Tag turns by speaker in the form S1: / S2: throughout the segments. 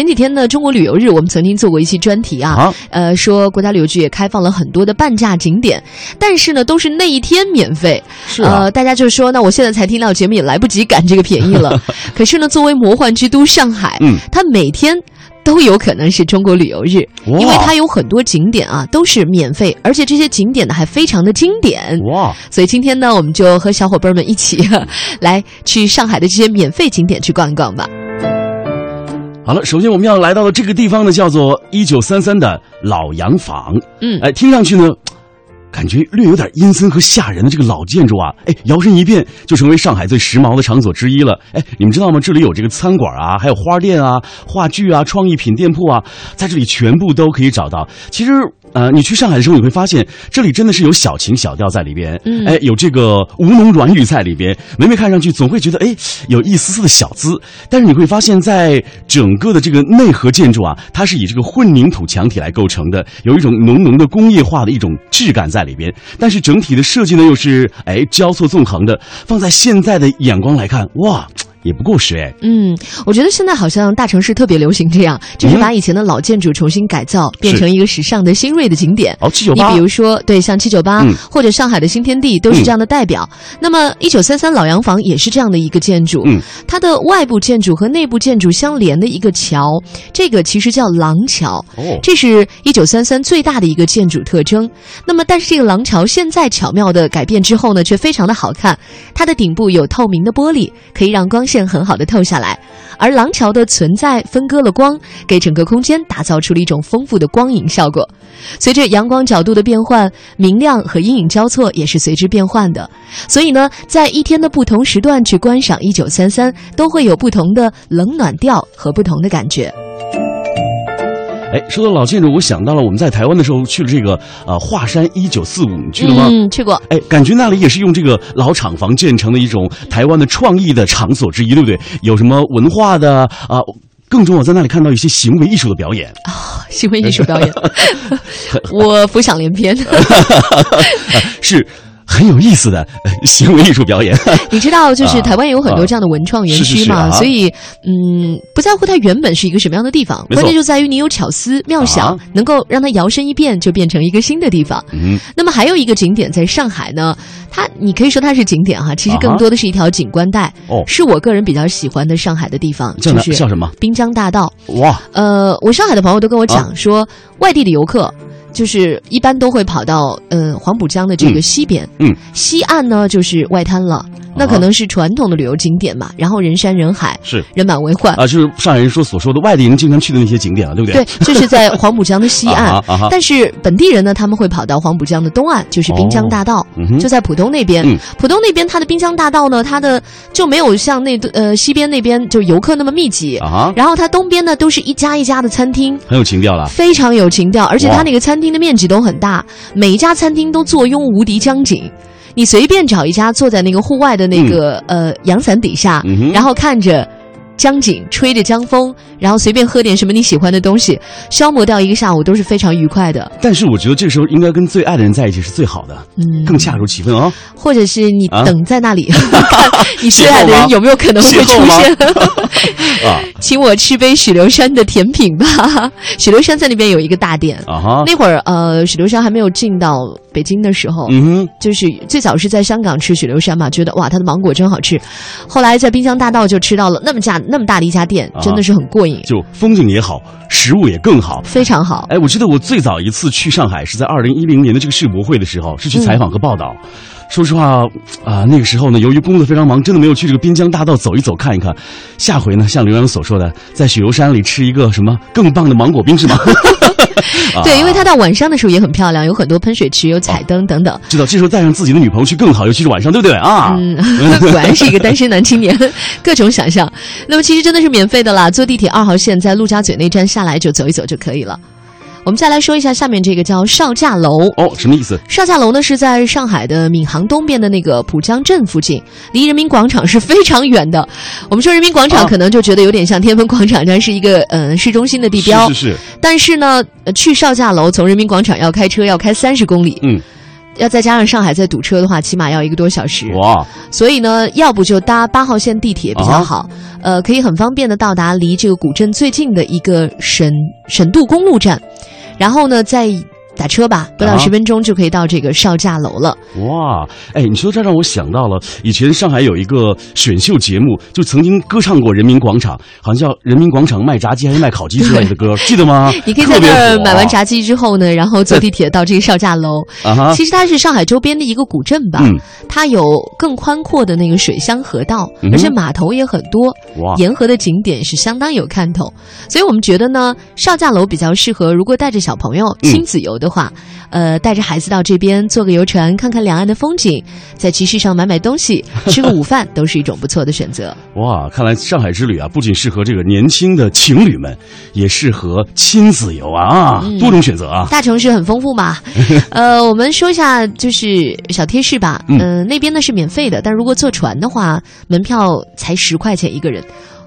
S1: 前几天呢，中国旅游日我们曾经做过一期专题啊，
S2: 啊
S1: 呃，说国家旅游局也开放了很多的半价景点，但是呢，都是那一天免费。
S2: 是啊
S1: 呃，大家就说，那我现在才听到节目，也来不及赶这个便宜 了。可是呢，作为魔幻之都上海，
S2: 嗯，
S1: 它每天都有可能是中国旅游日，因为它有很多景点啊都是免费，而且这些景点呢还非常的经典。
S2: 哇，
S1: 所以今天呢，我们就和小伙伴们一起 来去上海的这些免费景点去逛一逛吧。
S2: 好了，首先我们要来到的这个地方呢，叫做一九三三的老洋坊。
S1: 嗯，
S2: 哎，听上去呢，感觉略有点阴森和吓人的这个老建筑啊，哎，摇身一变就成为上海最时髦的场所之一了。哎，你们知道吗？这里有这个餐馆啊，还有花店啊、话剧啊、创意品店铺啊，在这里全部都可以找到。其实。呃，你去上海的时候，你会发现这里真的是有小情小调在里边，
S1: 嗯
S2: 哎，有这个吴侬软语在里边，每每看上去总会觉得哎有一丝丝的小资，但是你会发现在整个的这个内核建筑啊，它是以这个混凝土墙体来构成的，有一种浓浓的工业化的一种质感在里边，但是整体的设计呢又是哎交错纵横的，放在现在的眼光来看，哇，也不过时哎，
S1: 嗯，我觉得现在好像大城市特别流行这样，就是
S2: 嗯
S1: 把以前的老建筑重新改造，变成一个时尚的新锐的景点。
S2: 哦七九
S1: 你
S2: 八
S1: 比，如说，对，像七九八
S2: 嗯
S1: 或者上海的新天地都是
S2: 嗯
S1: 这样的代表。那么，一九三三老洋房也是这样的一个建筑，
S2: 嗯
S1: 它的外部建筑和内部建筑相连的一个桥，这个其实叫廊桥。
S2: 哦
S1: 这是一九三三最大的一个建筑特征。那么，但是这个廊桥现在巧妙的改变之后呢，却非常的好看。它的顶部有透明的玻璃，可以让光线很好的透下来。而廊桥的存在分割了光，给整个空间打造出了一种丰富的光影效果。随着阳光角度的变换，明亮和阴影交错也是随之变换的。所以呢，在一天的不同时段去观赏一九三三，都会有不同的冷暖调和不同的感觉。
S2: 哎，说到老建筑，我想到了我们在台湾的时候去了这个呃华山一九四五，你去了吗？
S1: 嗯，去过。
S2: 哎，感觉那里也是用这个老厂房建成的一种台湾的创意的场所之一，对不对？有什么文化的啊？更重要，在那里看到一些行为艺术的表演。
S1: 行为艺术表 演，我浮想联翩。
S2: 啊是很有意思的呃行为艺术 表演。
S1: 你知道，就是
S2: 啊
S1: 台湾有很多这样的文创园
S2: 是是
S1: 区
S2: 是
S1: 嘛，
S2: 啊
S1: 所以嗯，不在乎它原本是一个什么样的地方，
S2: 没错
S1: 关键就在于你有巧思妙想，
S2: 啊
S1: 能够让它摇身一变就变成一个新的地方。
S2: 嗯，
S1: 那么还有一个景点在上海呢，它你可以说它是景点哈、其实
S2: 啊
S1: 更
S2: 哈
S1: 多的是一条景观带，
S2: 哦，
S1: 是我个人比较喜欢的上海的地方，
S2: 叫
S1: 就
S2: 哪
S1: 是
S2: 叫什么？
S1: 滨江大道。
S2: 哇，
S1: 呃，我上海的朋友都跟我
S2: 啊
S1: 讲说，外地的游客就是一般都会跑到呃黄浦江的这个
S2: 嗯
S1: 西边，
S2: 嗯
S1: 西岸呢就是外滩了，那
S2: 啊
S1: 可能是传统的旅游景点吧，然后人山人海，
S2: 是
S1: 人满为患。
S2: 啊，就是上海人说所说的外地人经常去的那些景点了，啊对不
S1: 对
S2: 对？，
S1: 就是在黄浦江的西岸，
S2: 啊哈啊哈
S1: 但是本地人呢，他们会跑到黄浦江的东岸，就是滨江大道，
S2: 嗯哼
S1: 就在浦东那边。
S2: 嗯
S1: 浦东那边它的滨江大道呢，它的就没有像那呃西边那边就游客那么密集，
S2: 啊哈，
S1: 然后它东边呢都是一家一家的餐厅，
S2: 很有情调了。
S1: 非常有情调，而且
S2: 啊哇
S1: 它那个餐厅的面积都很大，每一家餐厅都坐拥无敌江景。你随便找一家，坐在那个户外的那个、呃阳伞底下，
S2: 嗯哼
S1: 然后看着江景，吹着江风，然后随便喝点什么你喜欢的东西，消磨掉一个下午都是非常愉快的。
S2: 但是我觉得这个时候应该跟最爱的人在一起是最好的，
S1: 嗯，
S2: 更恰如其分啊。
S1: 或者是你
S2: 啊
S1: 等在那 里，看你最爱的
S2: 邂逅
S1: 人
S2: 吗
S1: 有没有可能会
S2: 邂
S1: 出
S2: 逅吗
S1: 现。
S2: 啊
S1: 请我吃杯许留山的甜品吧。许留山在那边有一个大店，
S2: 啊哈，
S1: 那会儿呃，许留山还没有进到北京的时候，
S2: 嗯哼，
S1: 就是最早是在香港吃许留山嘛，觉得哇，它的芒果真好吃。后来在滨江大道就吃到了那么家那么大的一家店，
S2: 啊
S1: 真的是很过瘾，
S2: 就风景也好，食物也更好。
S1: 非常好。
S2: 哎，我记得我最早一次去上海是在二零一零年的这个世博会的时候，是
S1: 嗯
S2: 去采访和报道。说实话啊、那个时候呢，由于工作非常忙，真的没有去这个滨江大道走一走看一看。下回呢，像刘洋所说的，在雪游山里吃一个什么更棒的芒果冰是吗？ 啊
S1: 对，因为它到晚上的时候也很漂亮，有很多喷水池、有彩灯等 等。
S2: 知道这时候带上自己的女朋友去更好，尤其是晚上，对不对啊？
S1: 嗯， 果然是一个单身男青年， 各种想象。那么其实真的是免费的啦，坐地铁二号线在陆家嘴那站下来就走一走就可以了。我们再来说一下下面这个叫少驾楼。
S2: 哦，什么意思？
S1: 少驾楼呢是在上海的闵行东边的那个浦江镇附近，离人民广场是非常远的。我们说人民广场
S2: 啊
S1: 可能就觉得有点像天安门广场，但是一个嗯、呃市中心的地标。
S2: 是是是，
S1: 但是呢，呃去少驾楼从人民广场要开车要开三十公里。
S2: 嗯。
S1: 要再加上上海再堵车的话，起码要一个多小时。
S2: 哇，
S1: 所以呢，要不就搭八号线地铁比
S2: 啊
S1: 较好，呃，可以很方便的到达离这个古镇最近的一个沈沈渡公路站，然后呢再打车吧，不到
S2: 啊
S1: 十分钟就可以到这个少驾楼了。
S2: 哇，哎，你说这让我想到了以前上海有一个选秀节目，就曾经歌唱过人民广场，好像叫《人民广场卖炸鸡还是卖烤鸡》之类的歌，记得吗？
S1: 你可以在
S2: 特别
S1: 那儿
S2: 火
S1: 买完 炸鸡之后呢，然后坐地铁到这个少驾楼。
S2: 啊哈，
S1: 其实它是上海周边的一个古镇吧，
S2: 嗯
S1: 它有更宽阔的那个水乡河道，
S2: 嗯哼
S1: 而且码头也很多，
S2: 哇，
S1: 沿河的景点是相当有看头。所以我们觉得呢，少驾楼比较适合，如果带着小朋友
S2: 嗯
S1: 亲子游的话，呃，带着孩子到这边坐个游船，看看两岸的风景，在集市上买买东西，吃个午饭，都是一种不错的选择。
S2: 哇，看来上海之旅啊，不仅适合这个年轻的情侣们，也适合亲子游啊，啊
S1: 嗯
S2: 多种选择啊。
S1: 大城市很丰富嘛， 呃，我们说一下就是小贴士吧。
S2: 嗯
S1: 嗯、那边呢是免费的，但如果坐船的话，门票才十块钱一个人，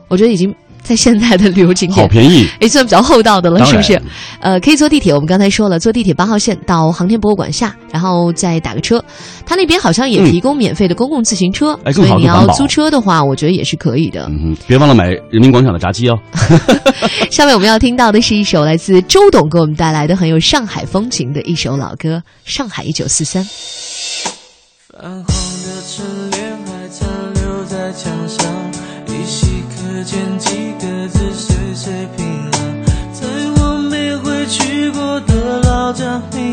S1: 我觉得已经在现在的旅游 景
S2: 好
S1: 点。
S2: 便宜，
S1: 也算比较厚道的了，
S2: 当
S1: 是不
S2: 然
S1: 是？呃，可以坐地铁，我们刚才说了，坐地铁八号线到航天博物馆下，然后再打个车。他那边好像也
S2: 嗯
S1: 提供免费的公共自行车，
S2: 哎
S1: 所
S2: 更
S1: 以
S2: 好
S1: 你
S2: 更环
S1: 要
S2: 保
S1: 租车的话，我觉得也是可以的。
S2: 嗯哼，别忘了买人民广场的炸鸡哦。
S1: 下面我们要听到的是一首来自周董给我们带来的很有上海风情的一首老歌《上海一九四三》。
S3: 泛黄的晨练还残留在墙上，依稀可见几个字岁岁平安，在我没回去过的老家，你